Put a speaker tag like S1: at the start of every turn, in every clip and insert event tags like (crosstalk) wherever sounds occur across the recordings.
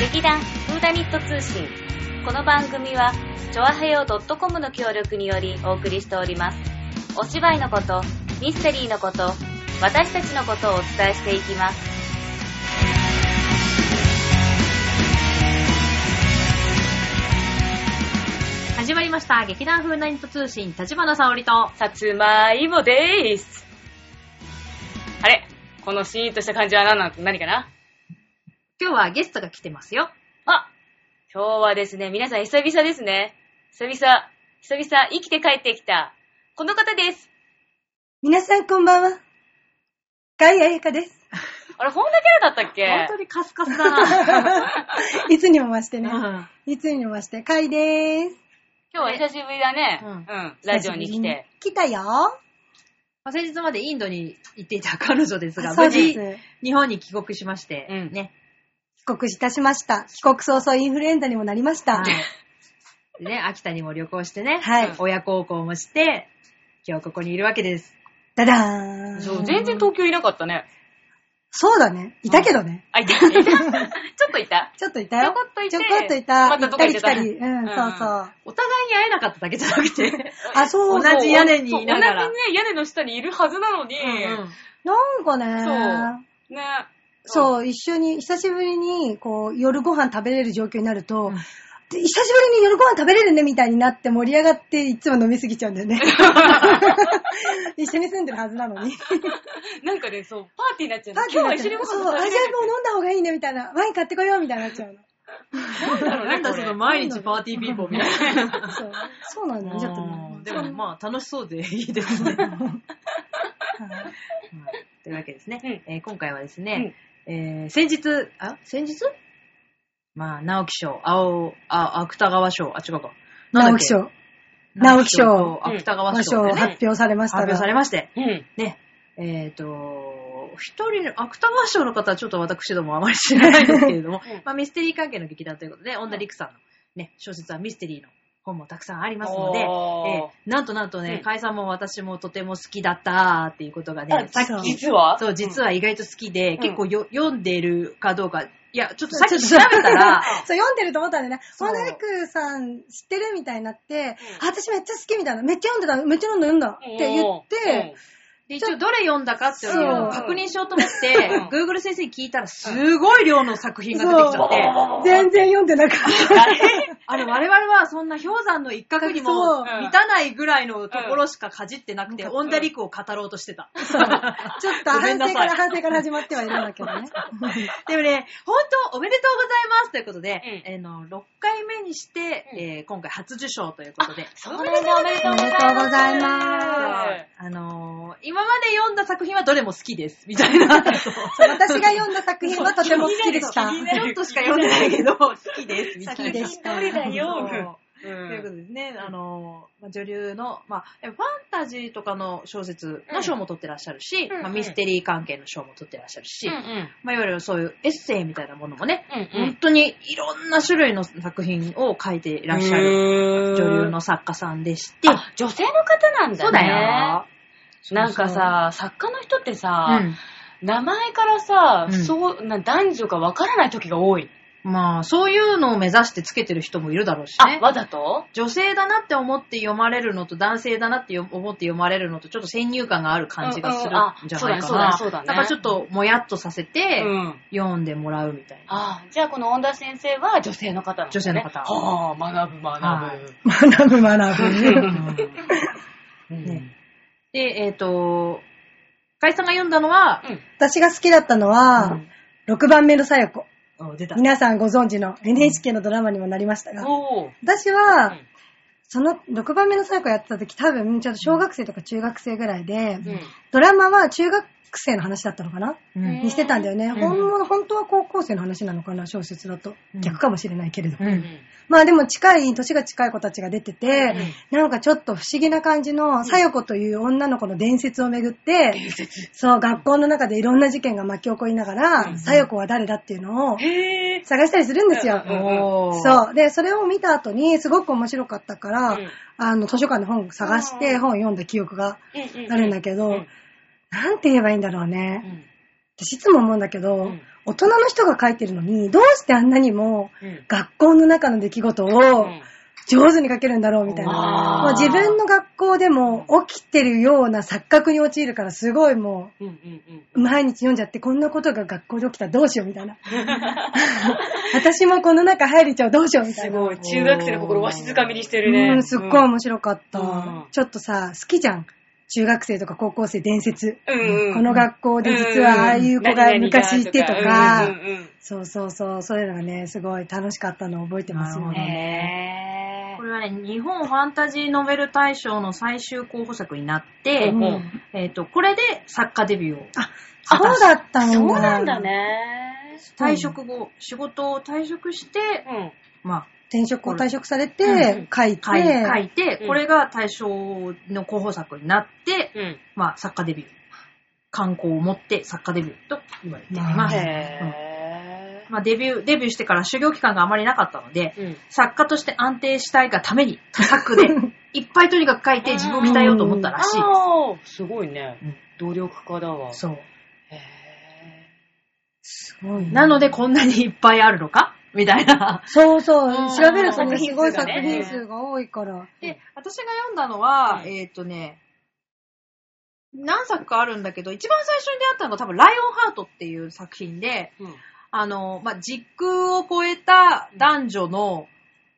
S1: 劇団フーダニット通信この番組はチョアヘヨ .com の協力によりお送りしておりますお芝居のことミステリーのこと私たちのことをお伝えしていきます
S2: 始まりました。劇団風ナイト通信、立花沙織と。
S1: さつまいもでーすあれこのシーンとした感じは何な何かな
S2: 今日はゲストが来てますよ。
S1: あ今日はですね、皆さん久々ですね。久々、久々生きて帰ってきた、この方です。
S3: 皆さんこんばんは。ガイアエカです。
S1: あれ、本田キャラだったっけ
S2: 本当にカスカスだな。
S3: (laughs) いつにも増して
S2: う
S3: ね。
S2: ん
S3: いつにも増して、カイでーす。
S1: 今日は久しぶりだね。う
S2: うんん、
S1: ラジオに来て。。
S3: 来たよ。
S2: まあ先日までインドに行っていた彼女ですが、
S3: そう
S2: 無
S3: で
S2: 事
S3: す、。
S2: 日本に帰国しまして、
S1: うん
S2: ね。
S3: 帰国いたしました。帰国早々インフルエンザにもなりました。
S2: はいね、秋田にも旅行してね、
S3: はい
S2: 親孝行もして、今日ここにいるわけです。
S3: ダダーン。
S1: そう、全然東京いなかったね。
S3: そうだね。いたけどね。
S1: (laughs) あ、いた。いたちょっといた。
S3: ちょっといたよ。
S1: ちょこっといて
S3: ちょこっといた。
S1: またど
S3: 行っ
S1: っか
S3: た
S1: 行っ
S3: り
S1: ちゃった
S3: 来た
S1: ね
S3: り。うん、そうそう。
S2: お互いに会えなかっただけじゃなくて、
S3: あ、そうそう。
S2: 同じ屋根にいながら
S1: そう同じね、屋根の下にいるはずなのに、
S3: なんか
S1: そう
S3: ね。
S1: ね。
S3: そう、一緒に、久しぶりに、こう、夜ご飯食べれる状況になると、
S2: うん
S3: で久しぶりに夜ご飯食べれるねみたいになって盛り上がって、いつも飲みすぎちゃうんだよね。一緒に住んでるはずなのに。
S1: なんかね、そう、パーティーになっちゃう
S3: パ
S1: の
S3: ーティ
S1: 今
S3: ー
S1: 日は
S3: に
S1: 一緒に
S3: なっちゃう
S1: ご飯
S3: そう、
S1: 食
S3: あ
S1: べ
S3: じゃあ
S1: れ
S3: もう飲んだ方がいいねみたいな。ワイン買ってこようみたいになっちゃうの。
S1: るなんだろう
S2: な
S1: ね、
S2: んだ
S1: こ
S2: そ
S1: れ
S2: の毎日パーティーピーポーみたいな。
S3: そう、そうなんだよね、ちょっとね
S2: うん。でもまあ楽しそうでいいですね。
S3: はい
S2: というわけですね、
S1: う
S2: えー今回はですね、えー先日、あ、先日まあ、直木賞、青、あ、芥川賞、あ、違うか。なんだ
S3: 直
S2: っ
S3: 木
S2: け
S3: 賞、
S2: 直木賞
S3: 直
S1: 木賞
S2: と芥川
S3: 和
S2: 賞
S3: 賞
S2: で
S3: 発
S2: ね、
S3: 表されまし
S2: 発
S3: た
S2: 表さ
S3: が、
S2: れまして、
S1: うん。、
S2: ね、えっ、と、一人の、芥川賞の方はちょっと私どもあまり知らないんですけれど (laughs) も
S1: うん
S2: まあ、ミステリー関係の劇団ということで、女陸さんのね、小説はミステリーの本もたくさんありますので、
S1: お
S2: えーなんとなんと
S1: う
S2: ね、
S1: ん
S2: 甲、斐、さんも私もとても好きだったーっていうことがね、
S1: ー
S2: さっ
S3: そう
S2: き
S1: 実は
S2: そう、実
S1: は。
S2: は意外と好きで、
S1: ん
S2: 結構よ読んでるかどうか、いや、ちょっとさっき調べたら、
S3: (laughs) そう、読んでると思ったんでね、
S2: そう
S3: マナリクさん知ってるみたいになって、
S1: うん
S3: あ私めっちゃ好きみたいな、めっちゃ読んでた、めっちゃ読んだ、読んだ
S1: うん
S3: って言って、、
S2: で一応どれ読んだかっていうのを
S3: そう
S2: 確認しようと思って、Google 先生に聞いたら、すごい量の作品が出てきちゃって、
S3: 全然読んでなか
S2: (laughs)
S3: った。
S2: あれ、我々はそんな氷山の一角に
S3: そ
S2: も
S3: う
S2: 満たないぐらいのところしかかじってなくて、
S3: うん
S2: オンダリクを語ろうとしてた。
S3: ちょっと
S2: ごめん
S3: 反
S2: な
S3: 省
S2: さい
S3: から反省から始まってはいるんだけどね。
S2: でもね、本当おめでとうございますということで、
S1: うん
S2: えーの6回目にして、
S1: うん
S2: えー今回初受賞ということで、
S1: そうなんだ、おめでとうございます。
S3: おめでとうございま
S2: あのー今まで読んだ作品はどれも好きです、みたいな。
S3: 私が読んだ作品はとても好きで
S2: (laughs)
S3: した。
S1: 気になる
S2: ちょっとしか読んでないけど、好きです、みたいな。
S3: 好きでした。
S1: どれだよ
S2: そ
S1: う
S2: うと
S1: ん
S2: いうことですね。あのーまあ女流の、まあ、ファンタジーとかの小説の賞も取ってらっしゃるし、
S1: うん
S2: まあ、ミステリー関係の賞も取ってらっしゃるし、
S1: うんうん
S2: まあ、いわゆるそういうエッセイみたいなものもね、
S1: うんうん
S2: 本当にいろんな種類の作品を書いていらっしゃる
S1: る
S2: 女流の作家さんでして、
S1: あ、女性の方なんだね。
S2: そうだよ。
S1: なんかさ、作家の人って
S2: う
S1: さ、
S2: ん、
S1: 名前からさ、
S2: うん
S1: そうな、男女がわからない時が多い。
S2: まあ、そういうのを目指してつけてる人もいるだろうし
S1: あ
S2: ね、。
S1: わざと
S2: 女性だなって思って読まれるのと、男性だなって思って読まれるのと、ちょっと先入観がある感じがするんじゃないか
S1: うんうんあ
S2: な。
S1: そうだねそうだねそうだね
S2: からちょっともやっとさせ
S1: う
S2: て、
S1: ん。
S2: 読んでもらうみたいな。
S1: あ、じゃあこの恩田先生は女性の方なのね
S2: 女性の方
S1: はあ、学ぶ、
S2: は
S1: 学
S3: 学ぶ学ぶ。
S1: ぶ。うん
S2: ねで、えっ、と、かいさんが読んだのは、
S3: (laughs) 私が好きだったのは、6番目のさやこ。
S2: うんお出た。
S3: 皆さんご存知の NHK のドラマにもなりましたが。
S1: おー
S3: 私
S1: う
S3: は
S1: ん、
S3: その6番目のさやこやってた時多分、ちょっと小学生とか中学生ぐらいで、
S1: うん
S3: ドラマは中学生の話だったのかな
S2: うん
S1: ね
S3: にしてたんだよね。
S2: うん
S3: 本物、本当は高校生の話なのかな小説だと
S2: う。ん
S3: 逆かもしれないけれど。
S2: う。
S1: うんん
S3: まあでも近い、年が近い子たちが出てて、なんかちょっと不思議な感じの、さよ子という女の子の伝説をめぐって、そう、学校の中でいろんな事件が巻き起こりながら、さよ子は誰だっていうのを
S1: へえ。
S3: 探したりするんですよ。
S1: うん
S2: おー
S3: そう。で、それを見た後に、すごく面白かったから、
S1: うん
S3: あの、図書館の本探し
S1: う
S3: て
S1: ん
S3: 本読んだ記憶があるんだ
S1: け
S3: けど、
S1: うん
S3: なんて言えばいいんだろう
S1: う
S3: ね。
S1: ん
S3: 私いつも思うんだけど、
S2: ん
S3: 大人の人が書いてるのに、どうしてあんなにも
S2: うん
S3: 学校の中の出来事を上手に書けるんだろうみたいな。
S2: あー
S3: まあ、自分の学校でも起きてるような錯覚に陥るから、すごいも
S2: うんうんうん
S3: う、毎日読んじゃって、こんなことが学校で起きたらどうしようみた
S1: (laughs)
S3: いな。私もこの中入れちゃうどうしようみた
S1: す
S3: いな。
S1: ごい。中学生の心をわしづかみにしてるね。
S3: うん、すっごい面白かった。
S1: うん
S3: ちょっとさ、好きじゃん。中学生とか高校生伝説。
S1: うんうん
S3: この学校で実はああいう子が昔いてとか、
S1: うんうん
S3: そうそうそう、そういうのがね、すごい楽しかったのを覚えてますよ
S2: なるほど
S3: ね。
S1: ね
S2: これはね、日本ファンタジーノベル大賞の最終候補作になって、
S3: うん
S2: えっ、と、これで作家デビューを。
S3: そうだったんだ。
S1: そうなんだ。ね。
S2: 退職後、仕事を退職して、
S1: うん。
S2: ま
S3: 転職を退職され
S2: うん
S3: て、書いて、
S2: あ、書い書いて、
S1: うん
S2: これが大賞の候補作になって、
S1: うん。
S2: まあ、作家デビュー。観光を持って作家デビューと言われています。
S1: へ
S2: まあ、デビュー、デビューしてから修行期間があまりなかったので、
S1: ぇうん。
S2: 作家として安定したいがために、多作 (laughs) で、いっぱいとにかく書いて自分を鍛えようと思ったらしい。
S1: あーすごいね
S2: うん。
S1: 努力家だわ。
S2: そう。
S1: へ
S3: すごいね
S2: なのでこんなにいっぱいあるのかみたいな。
S3: そうそう
S1: うん、
S3: 調べると
S1: 作
S3: ね、
S1: 品数
S3: すごい
S1: が
S3: 作
S1: ね
S3: 品数が多いから。
S2: で、私が読んだのは、
S1: うん
S2: えっ、とね、何作かあるんだけど、一番最初に出会ったのが多分、ライオンハートっていう作品で、
S1: ぇ
S2: あの、まあ、時空を超えた男女の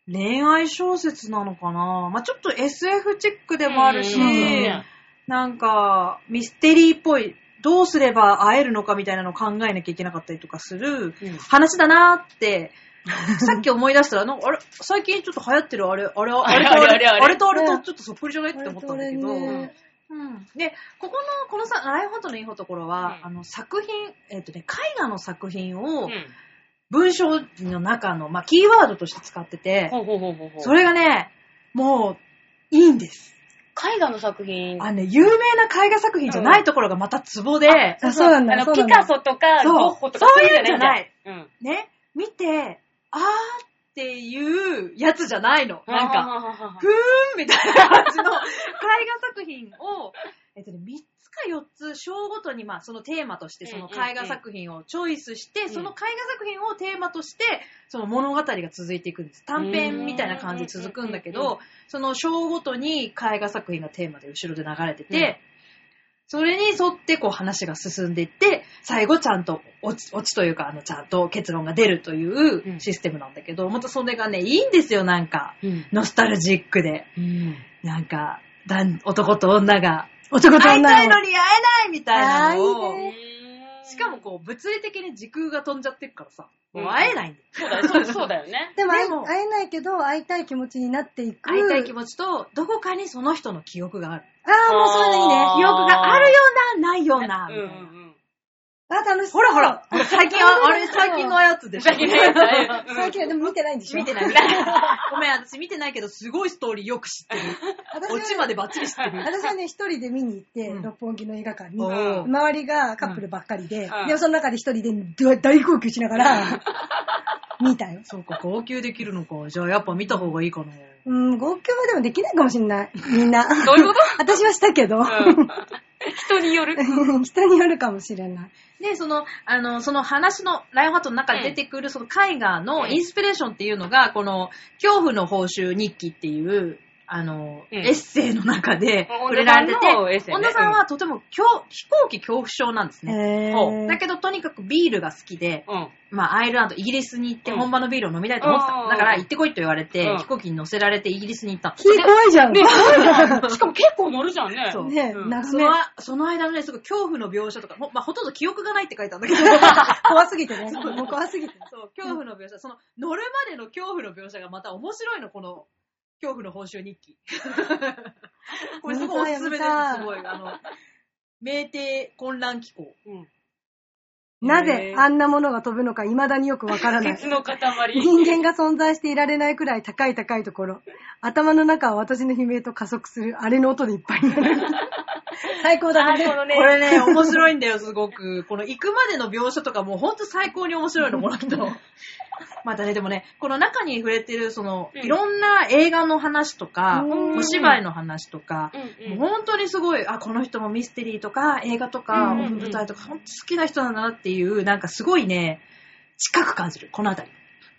S2: 恋愛小説なのかなまあ、ちょっと SF チックでもあるし、
S1: うんうんうん
S2: なんか、ミステリーっぽい、どうすれば会えるのかみたいなのを考えなきゃいけなかったりとかする
S1: うん
S2: 話だなーって、さっき思い出したら、なんかあれ、最近ちょっと流行ってるあれ、あれ、あれとあ
S1: あれ
S2: れ、
S1: あれあれ
S2: あれとあれと
S3: ね
S2: ちょっとそっくりじゃないって思ったんだけど、
S3: これとあれ
S1: うん
S3: ね
S2: うんで、ここの、このさ、ライフハートのいいところは、
S1: うん
S2: あの、作品、えっ、とね、絵画の作品
S1: う
S2: を
S1: ん。
S2: 文章の中の、まあ、キーワードとして使ってて、
S1: ほうほうほうほうほう。
S2: それがね、もう、いいんです。
S1: 絵画の作品。
S2: あのね、有名な絵画作品じゃないところがまたツボで、
S3: あ、そうなんだ。
S1: あの、
S3: そう
S1: ピ
S3: なんだ
S1: カソとか、
S2: そう
S1: ゴッホとかそういうんじゃない。うん。
S2: ね、見て、あーっていうやつじゃないの。なんか、
S1: か
S2: ふーんみたいな感じの絵画作品を、えっとね、3つか4つ章ごとに、まあ、そのテーマとして、その絵画作品をチョイスして、
S1: ん
S2: その絵画作品をテーマとして、その物語が続いていくんです。短編みたいな感じで続くんだけ
S1: うんうんうんう
S2: ど、その章ごとに絵画作品がテーマで後ろで流れてて、それに沿ってこう話が進んでいって、最後ちゃんと落ち、落ちというか、あの、ちゃんと結論が出るといううんシステムなんだけど、またそれがね、いいんですよ、なんか。
S1: うん。
S2: ノスタルジックで。
S1: うん。
S2: なんか、男男と女が、
S3: 男と
S2: 会いた
S3: 女
S2: い
S3: の
S2: の。に会えないみたいな
S3: あー
S2: の
S3: いい
S2: を、
S3: ね
S2: しかもこう、物理的に時空が飛んじゃってるからさ、もううん会えないんだよ。
S1: そうだよそうそうだよ
S3: (laughs)
S1: ね。
S3: でも会
S2: でも
S3: え会えないけど、会いたい気持ちになっていく。
S2: 会いたい気持ちと、どこかにその人の記憶がある。
S3: ああ、もうそういうのいいね。
S1: あー
S2: 記憶があるような、ないような、
S1: う
S2: み
S1: んうん
S2: たいな。
S1: うん。
S3: あ、楽しそう。
S2: ほらほら、最 (laughs) 近は、あれ最近のやつでしょ
S1: 最近のやつだねうん
S3: 最近はでも見てないんでしょ
S2: (laughs) 見てない。ごめん、私見てないけど、すごいストーリーよく知ってる。
S3: 私は
S2: オチまでバッチリ知ってる。
S3: 私はね、一人で見に行って、
S2: (laughs) うん
S3: 六本木の映画館に、
S2: おー
S3: 周りがカップルばっかりで、
S1: うん
S3: でもその中で一人で大号泣しながら、見たよ。
S2: そうか、号泣できるのか。じゃあやっぱ見た方がいいかな。
S3: うん、号泣もでもできないかもしんない。みんな。
S1: どういうこと
S3: (laughs) 私はしたけ (laughs) ど、
S1: うん人に
S3: (laughs)
S1: よる。
S3: 人によるかもしれない。
S2: で、その、あの、その話の、ライオンハートの中で出てくる、その絵画のインスピレーションっていうのが、この、恐怖の報酬日記っていう、あの、
S1: うん
S2: エッセイの中で
S1: うん
S2: 触れられて
S1: 女さんのエッ
S2: て、
S1: セイね
S2: 女さんはとても恐飛行機恐怖症なんですね。
S3: え
S1: ほ
S3: ー、
S2: だけど、とにかくビールが好きで、
S1: うん。
S2: まあ、アイルランド、イギリスに行って
S1: うん
S2: 本場のビールを飲みたいと思ってたの。
S1: うん
S2: だから、行ってこいと言われて、
S1: うん
S2: 飛行機に乗せられてイギリスに行ったの。
S3: 火怖いじゃん。
S1: (laughs) ね
S3: ね、
S1: しかも結構乗るじゃんね。
S2: そう
S1: うん
S3: 眺
S2: そ
S3: め
S2: の、その間のね、すごい恐怖の描写とか、ほまあ、ほとんど記憶がないって書いたんだけど、
S3: (laughs) 怖すぎてね。もう怖すぎて。
S2: (laughs) そう、恐怖の描写、その、乗るまでの恐怖の描写がまた面白いの、この、恐怖の報酬日記。これすごいおすすめです、
S3: やめたい
S2: すごい。あの、名帝混乱機構。
S1: うん
S3: な
S1: え
S3: ぜ
S1: ー
S3: あんなものが飛ぶのか未だによくわからない。
S1: 鉄の塊。
S3: 人間が存在していられないくらい高い高いところ。頭の中は私の悲鳴と加速する、あれの音でいっぱいになる。最高だね。
S2: これね、面白いんだよ、すごく。この行くまでの描写とかもうほんと最高に面白いの、この人。またね、でもね、この中に触れてる、その、
S1: うん
S2: いろんな映画の話とか、
S3: うん
S2: お芝居の話とか、
S1: うんう
S2: もうん本当にすごい、あ、この人もミステリーとか、映画とか、
S1: うんうんうん
S2: 舞台とか、ほんと好きな人なんだなっていう、なんかすごいね、近く感じる、このあたり。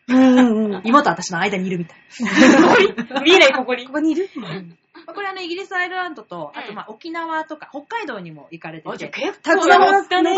S3: うんうんうん。こ
S2: 今と私の間にいるみたい。
S1: 未来ここに。
S3: こにいる
S2: まあこれあの、イギリス、アイルランドと、あとまあ、沖縄とか、北海道にも行かれて
S1: あ、じゃ
S2: て (laughs)
S1: あ、結
S3: た
S1: 構
S3: くさん乗
S1: 乗
S3: っ
S1: ったた
S3: ね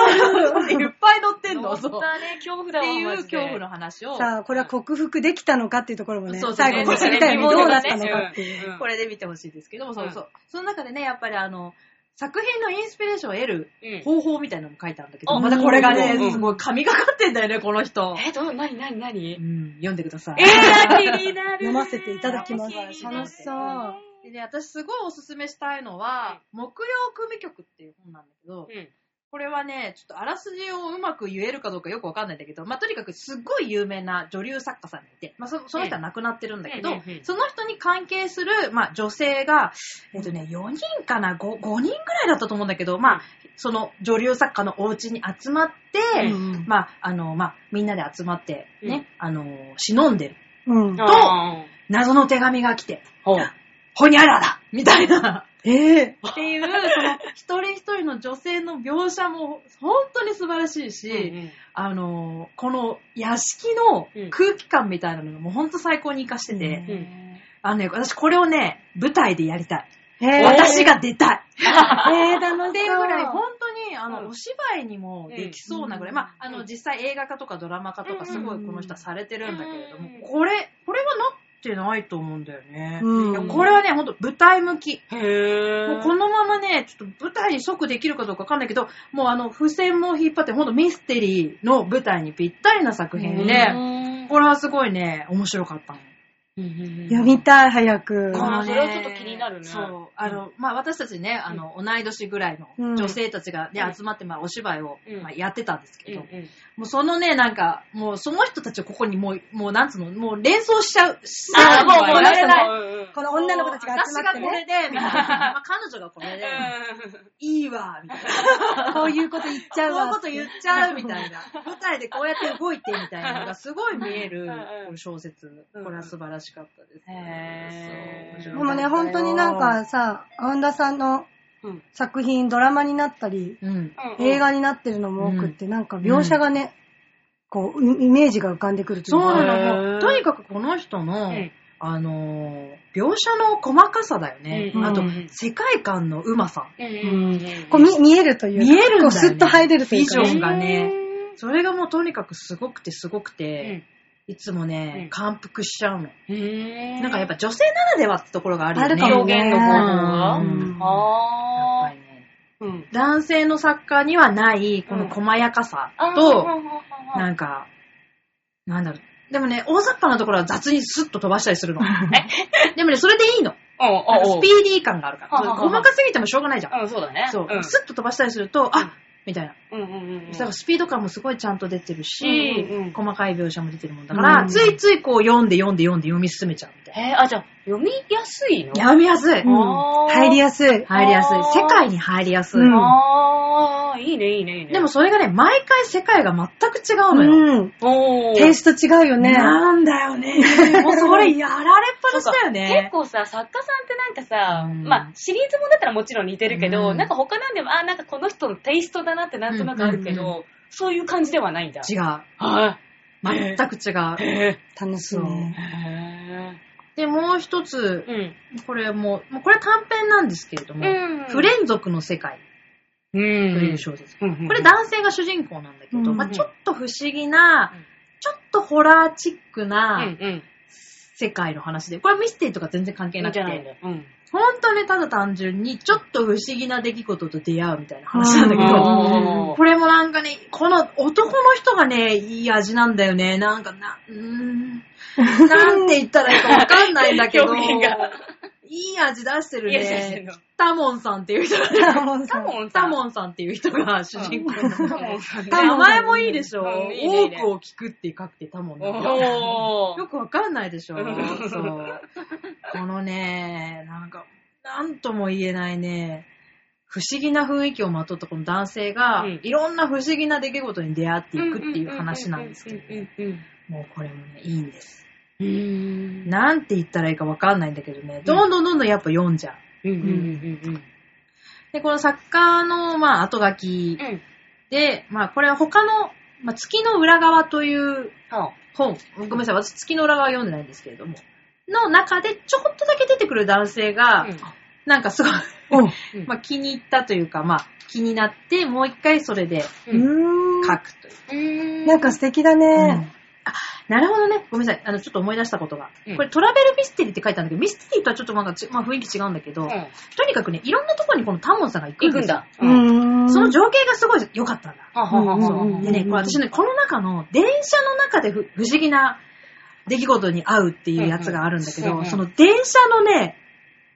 S1: ね。。
S2: いっぱい乗ってんの、そう
S1: 乗ったね、恐怖だ
S2: っ
S1: わ。
S2: ていう恐怖
S1: の。
S2: の話を、
S3: さあ、これは克服できたのかっていうところもね、
S2: そうそう
S3: 最後、こすみたいにどうなったのかっていう。
S1: うん
S2: これで見てほしいですけども、そう
S1: うん
S2: そう。その中でね、やっぱりあの、作品のインスピレーションを得る
S1: うん
S2: 方法みたいなのも書いてあるんだけど、
S1: うん
S2: またこれがね
S1: うんう、ん
S2: すごい神がかってんだよね、この人。
S1: え、どう、なになにな
S2: う
S1: に
S2: ん、読んでください。
S1: えー、気になる。
S3: 読ませていただきます
S1: 楽しみ
S3: 楽しそう。
S2: でね、私すごいおすすめしたいのは、木曜組曲っていう本なんだけど、
S1: うん。
S2: これはね、ちょっとあらすじをうまく言えるかどうかよくわかんないんだけど、まあ、とにかくすっごい有名な女流作家さんがいて、まあ、そその人は亡くなってるんだけど、
S1: うんうんうんうん
S2: その人に関係する、まあ、女性が、えっとね、4人かな 5, 5人ぐらいだったと思うんだけど、まあ、その女流作家のお家に集まって、
S3: うん
S2: まあ、あの、まあ、みんなで集まってね、あの、忍んでる。
S3: うん。
S1: あ
S2: 謎の手紙が来て、
S1: ーほう
S2: ほにゃらだみたいな。
S3: ええ
S2: っていう、
S3: (laughs)
S2: その、一人一人の女性の描写も、本当に素晴らしいし、
S1: うん
S2: あのーこの屋敷の空気感みたいなのがもうほんと最高に活かしてて、
S3: うん
S1: うん
S2: あのね、私これをね、舞台でやりたい。
S3: ええ
S2: 私が出
S3: (laughs)
S2: たい。 (laughs)
S3: えー、楽しそう。
S2: っていうぐらい、本当に、あの、
S1: うん
S2: お芝居にもできそうなぐらい、
S3: うん
S2: まあ、あの、実際映画化とかドラマ化とかすごいこの人はされてるんだけれども、
S1: うん
S2: これ、これはなってないと思うんだよね。
S3: うん
S2: いやこれはね、ほんと舞台向き。
S1: へぇ
S2: もうこのままね、ちょっと舞台に即できるかどうかわかんないけど、もうあの、付箋も引っ張って、ほんとミステリーの舞台にぴったりな作品で、
S1: ね
S2: これはすごいね、面白かったの。
S3: 読みたい、早く。
S1: あー
S2: このね
S1: それはちょっと気になるね
S2: そう。あの、まあ、私たちね、あの、同い年ぐらいの
S3: うん
S2: 女性たちがね、
S1: うん
S2: 集まって、まあ、お芝居を、
S1: うん
S2: まあ、やってたんですけ
S1: うん
S2: ど、
S1: うん
S2: もうそのね、なんか、もうその人たちをここにもう、もうなんつうの、もう連想しちゃう。しちゃ
S1: あー、もう、
S2: の
S1: も
S2: は
S1: う、
S2: や
S1: や
S2: れ
S1: れ
S2: ない
S1: ない。うん
S3: この女の子たちが集まって
S2: 私がこ
S3: ね。
S2: れで、
S1: (laughs)
S2: みたいな。まあ、彼女がこれで、いいわ、みたいな。
S3: こういうこと言っちゃう
S2: こういう
S3: わ
S2: こ。と言っちゃうみた (laughs) いな。舞台でこうやって動いてみたいなのがすごい見える
S1: うんうん
S2: 小説。
S1: うん
S2: これは素晴らしかったです。
S1: へー
S2: そう
S3: でもね、本当になん、かさ、アンダさんの
S1: うん
S3: 作品、ドラマになったり、
S2: うん。
S1: うん
S3: 映画になってるのも多くって、なんか描写がね、こう、イイメージが浮かんでくるとい
S2: そう
S3: うか。
S2: なの
S1: へ
S2: よ。
S1: ー
S2: とにかくこの人の、
S1: うん
S2: あのー描写の細かさだよね。
S1: うん
S2: あと
S1: うん、
S2: 世界観のうまさ。
S1: うんうんうん
S3: こう見見えるというか。
S2: 見えるんだよね
S3: こうスッと入れるという
S2: ビ
S3: か
S2: ジ
S3: ね、
S2: ョンがね。それがもうとにかくすごくてすごくて、いつも
S1: う
S2: ね
S1: ん、
S2: 感服しちゃうの。
S1: うん
S2: なんかやっぱ女性ならではってところがあるよね。
S3: あるかも
S1: 表現の方法が
S2: うんやっぱ
S1: あ
S2: りね
S1: ーうん
S2: 男性の作家にはない、この細やかさ
S1: あー。
S2: と、
S1: うん
S2: なんか、なんだろう。でもね、大雑把なところは雑にスッと飛ばしたりす
S1: (laughs)
S2: るの。 (laughs) でもね、それでいいの。なんか
S1: おうおうお
S2: ス
S1: う
S2: ピーディー感があるから。
S1: は
S2: そ
S1: はは
S2: れごまかすぎてもしょうがないじゃん。
S1: うん、そうだね。
S2: そう。
S1: ん
S2: スッと飛ばしたりする
S1: う
S2: と、
S1: ん
S2: あみたいな。
S1: うんうんうんうん。
S2: だからスピード感もすごいちゃんと出てるし、
S1: うんうん
S2: 細かい描写も出てるもんだか
S3: う
S2: ら、
S3: ん
S2: ついついこう読んで読んで読んで読み進めちゃうみたい
S1: えー、あ、じゃあ、読みやすいの
S2: な。読みやすい。
S3: うん
S1: あー
S3: 入りやすい。
S2: 入りやすい
S1: あ。ー
S2: 世界に入りやすい。
S3: うん
S1: あー、いいね、いいね、いいね。
S2: でも、それがね、毎回世界が全く違うのよ。
S3: うん。
S1: おー
S3: テイスト違うよね。
S2: なんだ
S1: (laughs)
S2: よね。もうそれやられっぱなしだ
S1: 結
S2: よね。
S1: 構さ、作家さんってなんかさ、
S2: うん
S1: まあ、シリーズもんだったらもちろん似てるけど、
S2: うん
S1: なんか他なんでも、あー、なんかこの人のテイストだなってなんとなくあるけど、
S2: うんうん
S1: そういう感じではないんだ。
S2: 違う。
S1: は
S2: 全く違
S1: い。
S2: う。
S1: へ
S3: 楽しいね。
S1: ぇ
S2: で、もう一つ
S1: う、ん。
S2: これも、もうこれ短編なんですけれども、
S1: うん。
S2: 不連続の世界
S1: う
S2: とい
S1: ん
S2: う。小説。
S1: こ
S2: これ、男性が主人公なんだけど、
S3: うん
S2: まあちょっと不思議な
S1: うん、
S2: ちょっとホラーチック
S1: うん
S2: な
S1: うん。
S2: 世界の話で、これはミステリーとか全然関係
S1: いい
S2: なん
S1: じ
S2: く
S1: ゃないん
S2: て、
S1: だよ。うん。
S2: 本当にただ単純にちょっと不思議な出来事と出会うみたいな話なんだけ
S3: うん
S2: ど、
S1: あー
S2: これもなんかね、この男の人がね、いい味なんだよね。なんかな、うーん。なんて言ったらいいかわかんないんだけど。
S1: (laughs) 表現が
S2: いい味出してる
S1: いい味出してん
S2: ね
S1: の。
S2: タモンさんっていう人が、
S3: タモンさ
S1: タ
S3: ん。
S1: モンさん。
S2: タモンさんっていう人が主人公なんだけど
S1: タモンさんね。
S3: タモン
S2: 名前もいいでしょ、
S1: うんいいねいいね
S2: 多くを聞くって書くてタモンなんだけど
S1: お
S2: よ
S1: ー。
S2: くわかんないでしょ。
S1: う
S2: そ
S1: ん
S2: う。このね、なんか、なんとも言えないね、不思議な雰囲気をまとったこの男性が、
S1: うん
S2: いろんな不思議な出来事に出会ってい
S1: 行
S2: くっていう話なんですけど、もうこれもね、いいんで
S1: う
S2: す。
S1: んうん
S2: なんて言ったらいいかわかんないんだけどね、どんどんどんどんやっぱ読んじゃう。
S1: うんうんうん
S2: で、この作家の、まあ、後書き
S1: うん
S2: で、まあ、これは他の、まあ、月の裏側という
S1: は
S2: 本、ごめんなさい、私月の裏側読んでないんですけれども、の中でちょこっとだけ出てくる男性
S1: あ
S2: が、
S1: うん
S2: なんかすごい、
S1: うん
S2: (laughs) まあ、気に入ったというか、まあ、気になって、もう一回それで
S3: うーん。
S2: 書くという。
S1: うん
S3: なんか素敵だ
S2: うん
S3: ね。
S2: あなるほどね。ごめんなさい。あの、ちょっと思い出したことが。
S1: うん
S2: これトラベルミステリーって書いてあるんだけど、ミステリーとはちょっとなんかち、まあ、雰囲気違うんだけど、
S1: うん
S2: とにかくね、いろんなところにこのタモンさんが行くん
S1: 行
S2: で
S1: く
S2: す
S1: ん
S2: よ
S1: だ。
S3: うーん。
S2: その情景がすごい良かったんだ。
S1: ははは
S3: うんうん
S2: でね、これ私ね、この中の電車の中でふ不思議な出来事に会うっていうやつがあるんだけど、
S1: うんうん
S2: その電車のね、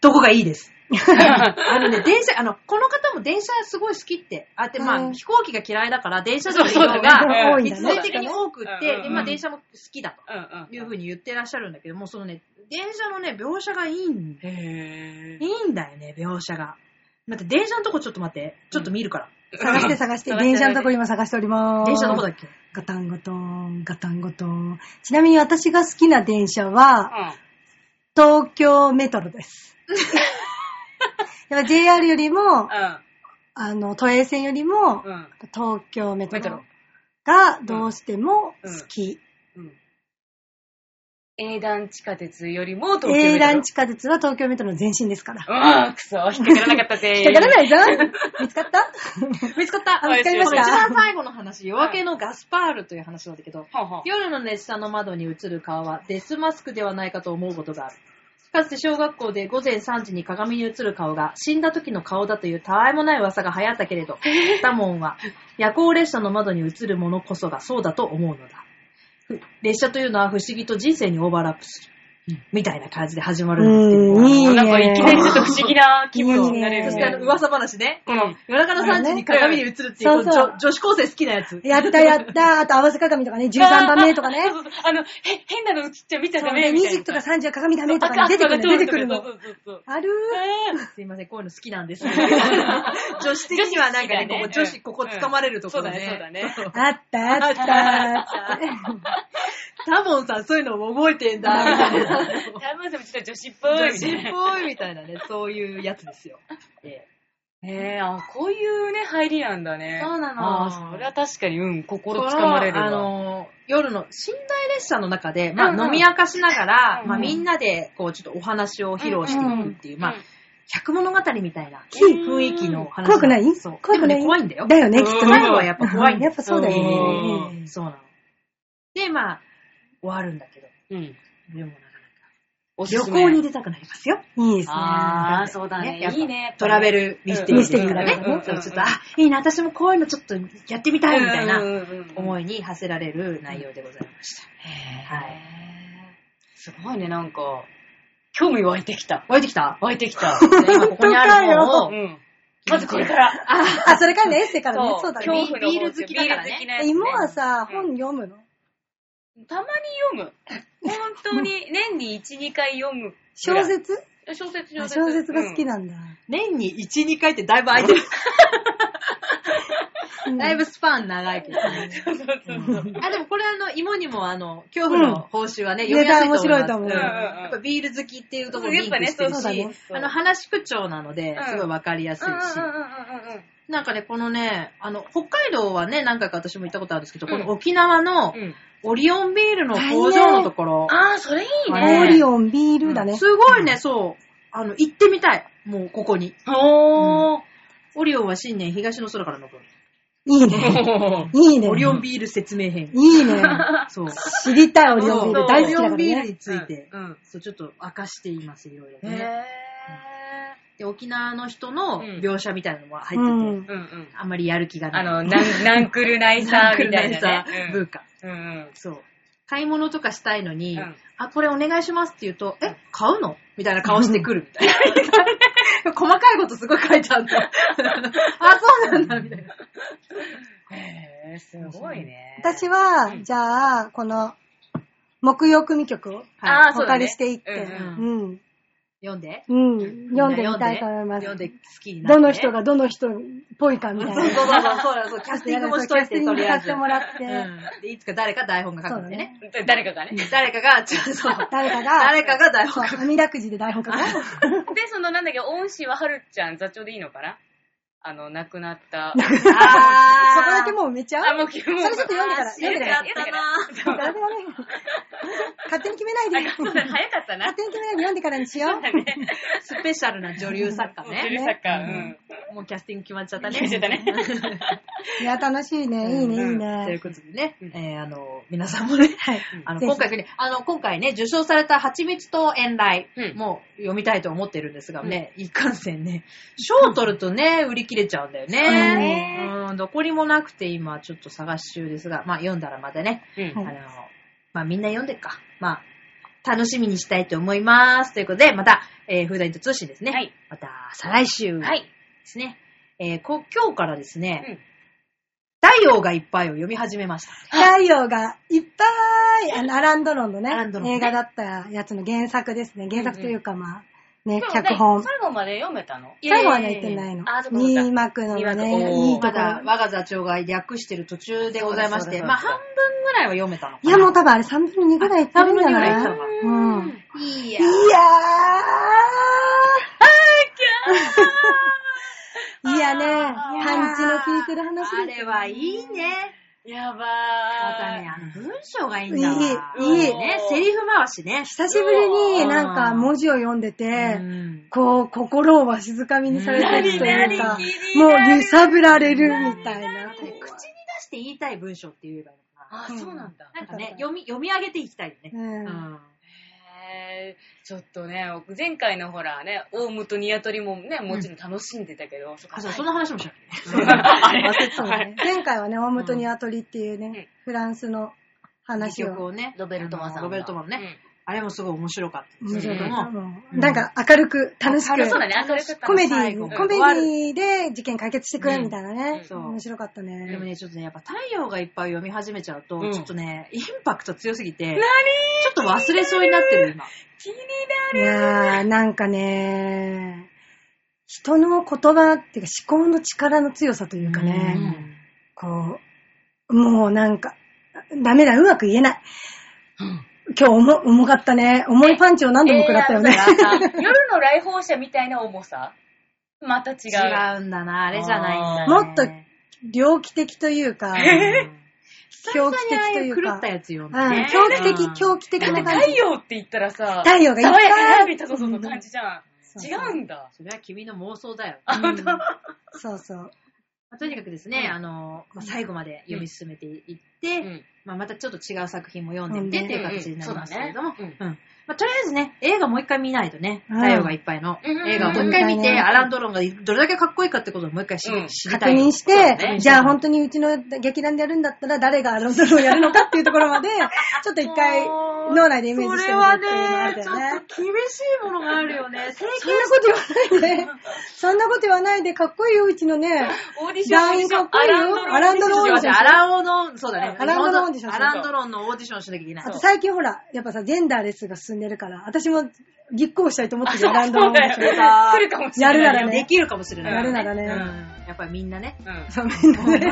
S2: どこがい
S1: (laughs)
S2: いです。あのね、電車、あの、この方も電車すごい好きって、あって、まあ、
S3: うん
S2: 飛行機が嫌いだから、電車での移
S1: そう
S2: 動
S1: だね (laughs)
S2: が
S3: 多いん
S2: 一
S3: だ
S2: 時
S3: ね。
S2: 的に多くっ
S1: そうだ
S2: て、
S1: ね
S2: で、
S1: うん
S2: まあ、電車も好きだ
S1: うんうん。
S2: というふうに言ってらっしゃるんだけども、そのね、電車のね、描写がいいんだよ。
S1: へ
S2: いいんだよね、描写が。待って、電車のとこちょっと待って、ちょっと見るから。
S3: 探して探して、
S1: 探して
S3: 電車のとこ今探しております。
S2: 電車どこだっけ
S3: ガタンゴトーン、ガタンゴトーン。ちなみに私が好きな電車は、東京メトロです。やっぱ JR よりも、あの、都営線よりも、
S1: うん。うん。
S3: 東京メト
S1: メト
S3: ロ
S1: ロ
S3: がどうしても好き。
S1: うん。英断地下鉄よりも東京メトロ。
S3: 英断地下鉄は東京メトロの前身ですから。
S1: うん、くそ、引っかからなかったぜ。
S3: 引っかからないじゃん見つかった
S2: 見つかった
S3: あ見つかりま
S2: こ
S3: し
S2: れ一
S3: た
S2: 番最後の話、夜明けのガスパールという話なんだけど、
S1: はは
S2: 夜の列車の窓に映る顔はデスマスクではないかと思うことがある。かつて小学校で午前3時に鏡に映る顔が死んだ時の顔だというたわいもない噂が流行ったけれど、ダモンは夜行列車の窓に映るものこそがそうだと思うのだ。ふ列車というのは不思議と人生にオーバーラップする。みたいな感じで始まるんですけ
S3: う
S2: ど、
S3: んいいね
S1: なんかいきなりちょっと不思議な気分になれ
S3: いい
S1: る
S3: ね
S2: そしてあ
S1: ね
S2: の。噂話ね。
S1: うん。
S2: 夜中の3時に鏡に映るっていう、
S3: そうそう
S2: この女女子高生好きなやつ。
S3: やったやったあと合わせ鏡とかね、13番目とかね
S1: そ。うそうそうあの、へ変なの映っちゃ見ちゃダメみたいな。
S3: 20とか30は鏡ダメとかね
S1: 赤
S3: 出てくるの、出てくる
S1: そ
S3: の
S1: う。そうそう
S3: ある
S2: すいません、こういうの好きなん
S1: (laughs)
S2: です。女子的にはなんかね、こ
S1: 女子好きだね
S2: こ女子ここ掴まれるところ
S1: うんそうだねそう
S2: だね。
S3: あったあったあった。
S2: タモンさんそういうのも覚えてんだ、みたい (laughs) な。
S1: そう。多分それちょっと女子っぽい
S2: 女
S1: み
S2: 子
S1: た
S2: っ
S1: いな。
S2: ぽいみたいなね、そういうやつで
S1: (laughs)
S2: すよ。え
S1: ええあ、こういうね、入りなんだね。
S2: そうなの
S1: ああ、それは確かに、うん、
S2: え
S1: 心つかまれる
S2: こ
S1: わ。
S2: のあの、夜の寝台列車の中で、ま
S1: うんうん
S2: あ飲み明かしながら、
S1: うん
S2: まあみんなでこうちょっとお話を披露していくっていう、
S1: うん、
S2: まあ、百物語みたいな
S3: うん
S2: 雰囲気の話。
S3: 怖くない
S2: そう。
S3: 怖くない
S2: でもね怖いんだよ。
S3: だよね、きっとね。
S2: 最後はやっぱ怖いんだ
S3: やっぱそうだよ
S1: う
S3: ね。
S2: そうなの。で、まあ、終わるんだけど、
S1: うん。
S2: でもなか
S1: おす
S2: な
S1: す
S2: か。
S1: め
S2: 旅行に出たくなりますよ。
S3: いいですね。
S1: ああ、そうだね。
S2: やっぱ
S1: いいね。
S2: トラベ
S1: ル
S2: ルミステリー。
S3: ミステリーからね
S2: うんうんうんそう
S1: うん
S2: ちょっと、あ、いいな、私もこういうのちょっとやってみたいみたいな
S1: 思い。
S2: 思いに馳せられる内容でございました。はい
S1: すごいね、なんか、興味湧いてきた。
S2: 湧いてきた
S1: 湧いてきた。
S2: ね今ここにあるのを
S1: う、ん。まずこれから。
S3: あ、それからね、エッセイからね。そうだ
S1: 恐
S3: ね。
S1: 怖の
S2: ビール好きだからね
S1: ビール好きなやつね
S3: 今はさ、
S1: うん
S3: 本読むの
S1: たまに読む。本当に、年に1、2回読む。
S3: 小説
S1: 小説、
S3: あ
S1: 小説。
S3: 小説が好き
S1: な。
S3: なんだ。
S2: 年に1、2回ってだいぶ空いて
S3: う
S2: る。
S3: ん
S2: だいぶスパン長いけどね。
S1: そうそうそうそう。
S2: あ、でもこれあの、芋にもあの、恐怖の報酬はね、
S3: うん
S2: 読みやすいと思います。
S3: ネタ面白いと思う
S2: うん
S3: うんうん
S1: うん
S2: やっぱビール好きっていうところにリンクして
S1: や
S2: る
S1: っ
S2: し、
S1: ぱね
S3: そう
S1: そう
S2: あの、話口調なので
S1: うん、
S2: すごいわかりやすいし、
S1: う
S2: なんかね、このね、あの、北海道はね、何回か私も行ったことあるんですけど、この沖縄の
S1: んうんうんうんうん。
S2: オリオンビールの工場のところ、
S1: ああ、それいい
S3: オ
S2: あの
S1: ね。
S3: リオン、ビールだね。
S2: すごいね、そう、あの、行ってみたい。もう、ここに。
S1: おー。
S2: オリオンは新年東の空から昇る。
S3: いいね。いいね
S2: オ。リオンビール説明編。
S3: いいね。
S2: そう。
S3: 知りたいオリオン
S1: そう
S3: ビール。大好きだか
S2: オリオ
S3: ら
S2: ンビール
S3: ね。
S2: について、
S1: うん。
S2: そう、ちょっと明かしています、いろいろ
S1: へ
S2: ね。で、沖縄の人の描写みたいなのも入
S3: う
S2: ってて、
S1: ー。。う
S3: ん
S1: んうん。
S2: あんまりやる気がな
S1: あ
S2: い。
S1: の、なん、なんくるないさ、みたいなね。
S2: 文化。
S1: うんうん
S2: そう。買い物とかしたいのに、
S1: うん
S2: あ、これお願いしますって言うと、え、買うのみたいな顔して (laughs) くるみたいな。細かいことすごい書いてあるん (laughs) だ。あ、そうなんだ、みたいな。
S1: うん。へー、すごいね。
S3: 私は、じゃあ、この、木曜組曲を
S1: あー、
S3: お
S1: そうだ
S3: 借
S1: ね
S3: りしていって、
S1: うん
S3: うん。
S2: 読んで。
S3: うん。読んでみたいと思います。
S2: 読んで好きになって。
S3: どの人がどの人っぽいかみたい
S2: そう
S3: な。
S2: そうそうそうそう、キャスティングもしとい
S3: キャステ
S2: て、とりあえず。
S3: ィングもしてもらって
S2: うんでいつか誰か台本が書くんでね。
S1: 誰かがね。
S2: 誰かが、ちょっとそう、
S3: 誰かが、
S2: 誰かが台本
S3: そ
S2: 書
S3: う、網だくじで台本書く。
S1: で、そのなんだっけ、恩師ははるちゃん、座長でいいのかなあの、亡くなった。
S2: く。あ
S3: そこだけもう埋めちゃう
S1: あ、もう、もう。
S3: それちょっと読んでから、
S1: 知ら
S3: 読んで
S1: な
S3: か
S1: からっ。
S3: 誰だね。勝手に決
S1: (laughs)
S3: めないで。
S1: たな。そうだね、早かったな
S3: 勝。手に決めないで読んでからに
S1: (laughs)
S3: しよう。
S2: スペシャルな女流作家
S1: ジュリ
S2: ね。
S1: ーサッカー。うん。
S2: もうキャスティング決まっちゃったね。
S1: 決まっちゃったね
S3: いや、楽しいね。いいね、いい
S2: という
S3: ね。
S2: ことでね、
S1: うん
S2: えー、あの、皆さんもね、
S3: はい。
S2: あの、
S3: ぜひ
S2: 今回ね、あの、今回ね、受賞された蜂蜜と遠来
S1: うん
S2: も読みたいと思ってるんですがね、いかんせんね、賞を取るとね、売り切れちゃうんだよ
S1: うだ
S2: ね
S1: ね。
S2: うん、どこにもなくて今ちょっと探し中ですが、まあ読んだらまたね、
S1: うん
S2: あの、まあみんな読んでっか。まあ、楽しみにしたいと思います。ということで、また、えー、フーダイント通信ですね。
S1: はい。
S2: また、再来週
S1: はい。
S2: ですね。えーこ今日からですね、
S1: うん
S2: 太陽がいっぱいを読み始めました。
S3: (laughs) 太陽がいっぱい、あの、アランドロンのね
S2: アランドロンね
S3: 映画だったやつの原作ですね。原作というか、まあ、ね
S1: で、もね
S3: 脚本。
S1: 最後まで読めたの
S3: 最後はね、言ってないの
S1: あそ。うかそうか
S3: 新幕の
S1: 新幕おー
S3: ね、いいと
S2: ま
S3: こ
S2: だ
S3: ろ。
S2: 我が座長が略してる途中でござ
S1: そうだそ
S2: いまし
S1: うだそう
S2: て、
S1: だ
S2: まあ半分ぐらいは読めたのか
S3: い
S2: な。
S3: や、もう多分あれ3分の2ぐらいいってるんじゃない
S2: 3分の2ぐらいいったのか
S3: うん。
S2: いいや
S3: いやー。いやね、パンチの効いてる話
S2: あ
S3: です
S2: れはいいね。
S1: やばー。
S2: またね、あの文章がいいんだわ。
S3: いいいい
S2: ね、セリフ回しね。
S3: 久しぶりになんか文字を読んでて
S2: う、ん
S3: こう、心をわしづかみにされてるというか
S1: うん、
S3: もう揺さぶられるみたいな。
S2: 口に出して言いたい文章って言えばいいの
S1: あ、
S2: か
S1: そうなんだ。
S2: な。なんかね、読み、読み上げていきたいよね。
S3: うん
S2: うん
S1: へーちょっとね、前回のほらね、オウムとニワトリもね、もちろん楽しんでたけど、そっ
S2: あ、
S1: か
S2: そう、その話もしなきゃね。 (laughs)
S3: そうね前回はね、大本ニワトリっていうね、フランスの話
S2: 曲
S3: を。
S2: をね。
S1: ロベルトマさんが。
S2: あのロベルトマンね、あれもすごい面白かったで
S3: 面
S2: すけ
S3: 白
S2: ど
S3: かった
S2: も。
S3: うんなんか明るく楽し
S1: うん。あ
S3: く
S1: そうだね、明るかった
S3: コメデ
S2: 最
S3: ィ
S2: 後
S3: コメディで事件解決してくれみたいなね。
S2: うん
S3: 面白かった
S2: でも
S3: ね。
S2: ね、ちょっとね、やっぱ太陽がいっぱい読み始めちゃうと、
S1: うん
S2: ちょっとね、インパクト強すぎて、ちょっと忘れそうになってる、今。
S1: 気にない
S3: やー、なんかね、人の言葉っていうか思考の力の強さというか
S2: う
S3: ね、
S2: ん
S3: こう、もうなんか、ダメだ、うまく言えない。今日重重かったね。重いパンチを何度も食らったよね。
S1: 夜の来訪者みたいな重さまた違う。
S2: 違うんだな、あれじゃないんだ、ね。
S3: もっと猟奇的というか、狂
S2: 狂
S3: 気
S2: 気
S3: 的
S2: 的
S3: と
S2: と
S3: い
S2: いううか。狂
S3: か
S2: った。やつ読ん
S3: うん
S2: だね。
S3: 狂気
S2: う
S3: 的、
S2: ん
S3: 狂気的
S1: だっ
S3: な
S1: て
S3: 感
S1: 太
S3: じ。
S1: 陽って言ったらさ、
S3: 太陽がいっぱ。
S1: 爽やかないみたいなそうそう感じじゃん。違うんだ。
S2: それは君の妄想だよ。
S3: うんそうそう。
S2: まあとにかくですね、
S1: うん
S2: あの、まあ最後まで読み進めていっ
S1: う
S2: て、
S1: ん。
S2: まあ、またちょっと違う作品も読んでみてっていう形になりますけれども、
S1: うんうんそう
S2: うんまあ、とりあえずね、映画もう一回見ないとね、
S3: うん
S2: 太陽がいっぱいの
S1: うん
S2: 映画をもう一回見て、
S3: うん
S2: アラン・ドロンがどれだけかっこいいかってことをもう一回知
S1: うん
S2: 知り
S3: 確
S2: たい。
S3: 認し
S1: そうだ
S3: て、
S1: ね
S3: じゃあ本当にうちの劇団でやるんだったら誰がアロンドロをやるのかっていうところまで、ちょっと一回脳内でイメージしてみるっていうのがあるんだよね。
S2: 厳しいものがあるよね。
S3: そんなこと言わないで、 (laughs) そんなこと言わないで、かっこいいよ、うちのね。
S1: オーディション、オーディション
S3: アランドロン
S2: じゃあアラオの、そうだね。
S3: アランドロンオーディション
S2: アランドロンのオーディションしなきゃいけない
S3: あ。と最近ほら、やっぱさ、ジェンダーレスが進んでるから、私も立候補したいと思ってるよ、ランドの話
S1: そうだよ
S3: が。
S1: 来るかもしれない。
S3: やるならね
S2: できるかもしれない。
S3: やるならね
S2: うんやっぱりみんなね。
S1: うん。
S3: そうみんなで、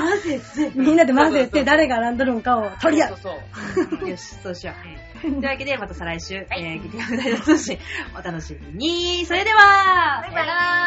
S3: みんなで混ぜて、誰がランドロンかを取り合う。
S1: そうそうそう。
S2: よし、そうしよう。というわけで、また再来週、えー、劇団大通信、お楽しみに。それでは、
S1: バイバイ